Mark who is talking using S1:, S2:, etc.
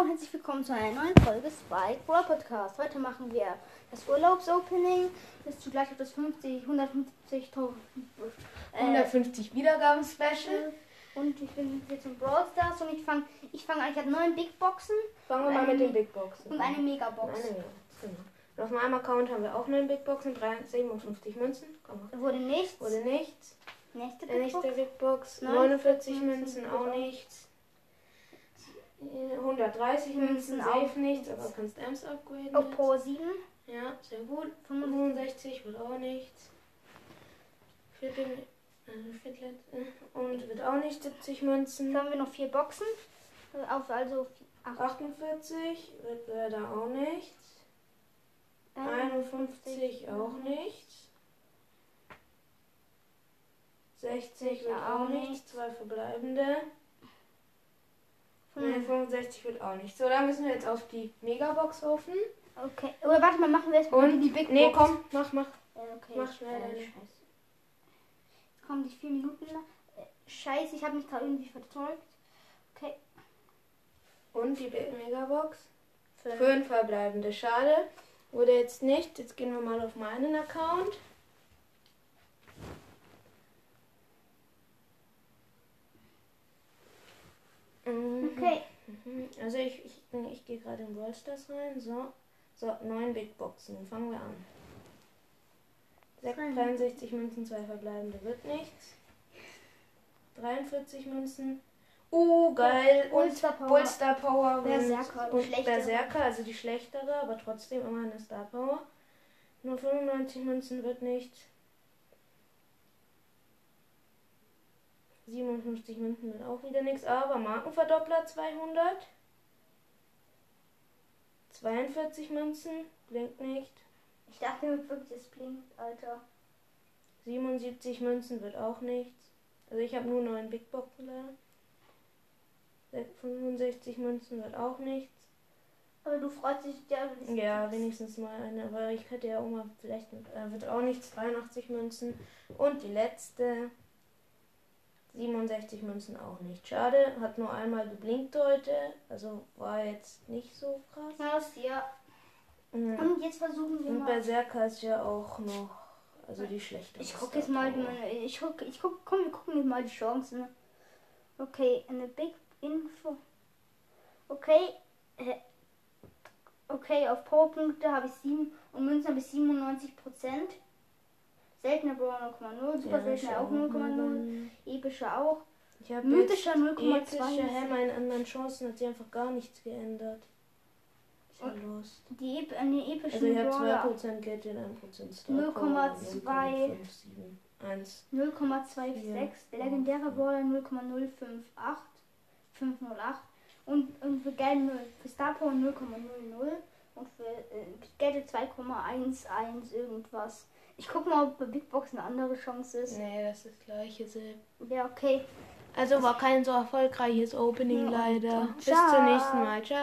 S1: und herzlich willkommen zu einer neuen Folge Spike Brawl Podcast. Heute machen wir das Urlaubsopening. Bis zugleich auf das 50, 150.000. Äh,
S2: 150 Wiedergaben-Special.
S1: und ich bin jetzt zum Brawl Stars und ich fange ich fang an. Ich habe neun Big Boxen
S2: Fangen wir mal mit den Big Boxen.
S1: und
S2: an.
S1: eine Megabox.
S2: Eine, ja. Genau. Und auf meinem Account haben wir auch einen Big Boxen, 3, 57 Münzen. Komm,
S1: Wurde nichts.
S2: wurde nichts.
S1: Nächste
S2: Der
S1: Big
S2: nächste
S1: Box.
S2: Big Box,
S1: Nein.
S2: 49
S1: Münzen,
S2: Münzen, auch nichts. Äh, 130
S1: Münzen,
S2: Münzen,
S1: auch
S2: safe nichts, aber kannst Ems upgraden.
S1: Oppo 7.
S2: jetzt. Ja, sehr gut.
S1: 65.
S2: 65 wird auch nichts. Fitlet, äh, Fitlet, äh, und wird auch nicht 70 Münzen.
S1: Dann haben wir noch vier Boxen. Auf also acht.
S2: 48 wird leider auch nichts.
S1: Ähm,
S2: 51 auch nichts. 60 wird
S1: Ja, auch
S2: auch nichts.
S1: nichts.
S2: Zwei verbleibende. Nein,
S1: fünf.
S2: 65 wird auch nichts. So, dann müssen wir jetzt auf die Megabox hoffen.
S1: Okay. Oh, warte mal, machen wir erstmal
S2: Und
S1: die Big
S2: Nee,
S1: Box.
S2: komm, mach, mach.
S1: Äh, Okay.
S2: Mach schnell
S1: Äh,
S2: deine.
S1: scheiße. Jetzt kommen die vier Minuten. Äh, Scheiße, ich habe mich gerade irgendwie verzeugt. Okay.
S2: Und die Be- Megabox.
S1: Fünf.
S2: Fünf verbleibende. Schade. Wurde jetzt nicht. Jetzt gehen wir mal auf meinen Account. Mhm.
S1: Okay.
S2: Mhm, Also ich, ich, ich gehe gerade in Brawl Stars rein. So, so neun Big Boxen. Fangen wir an. Sech-
S1: Drei.
S2: 63 Münzen, zwei verbleibende wird nichts. 43 Münzen. Oh, geil. Und
S1: Ulster Power.
S2: Bullstar Power.
S1: Berserker,
S2: Und, und
S1: schlechtere.
S2: Berserker, also die schlechtere, aber trotzdem immer eine Star Power. Nur 95 Münzen wird nichts. 57 Münzen wird auch wieder nichts, aber Markenverdoppler 200. 42 Münzen, blinkt nicht.
S1: Ich dachte mir wirklich, es blinkt, Alter.
S2: 77 Münzen wird auch nichts. Also ich habe nur 9 Big Boxen leider. Sech- 65 Münzen wird auch nichts.
S1: Aber du freust dich ja über das
S2: Ja, wenigstens mal eine, aber ich könnte ja auch mal vielleicht mit, äh, wird auch nichts, 83 Münzen. Und die letzte, 67 Münzen auch nicht. Schade, hat nur einmal geblinkt heute, also war jetzt nicht so krass.
S1: Haus hier.
S2: Mhm.
S1: Und jetzt versuchen wir
S2: Und
S1: mal.
S2: Berserker ist ja auch noch, also die schlechte.
S1: Ich guck jetzt mal, die meine, ich guck, ich guck, komm, wir gucken jetzt mal die Chancen. ne? Okay, eine Big Info. Okay, äh, okay, auf Powerpunkte habe ich 7 und Münzen habe ich 97 Prozent. Seltener Brawler 0,0, super seltener auch 0,0, epischer auch,
S2: Mhm. Ich habe mythische
S1: mythischer 0,2.
S2: Hämmer in anderen Chancen hat sich einfach gar nichts geändert. Ist ja lost.
S1: Die Ep an den
S2: Also
S1: epischen
S2: ich habe
S1: Brawler
S2: 2% Geld in 1% Star
S1: 0,2.
S2: 1.
S1: 0,246,
S2: Ja.
S1: legendärer Brawler 0,058, 508 und, und für Geld 0, für Star Power 0,00 und für äh, Geld 2,11 irgendwas. Ich guck mal, ob bei Big Box eine andere Chance ist.
S2: Nee, das ist gleiche Silb.
S1: Ja, okay.
S2: Also war kein so erfolgreiches Opening
S1: Ja, und-
S2: leider.
S1: und
S2: Bis zum
S1: ciao.
S2: nächsten Mal. Ciao.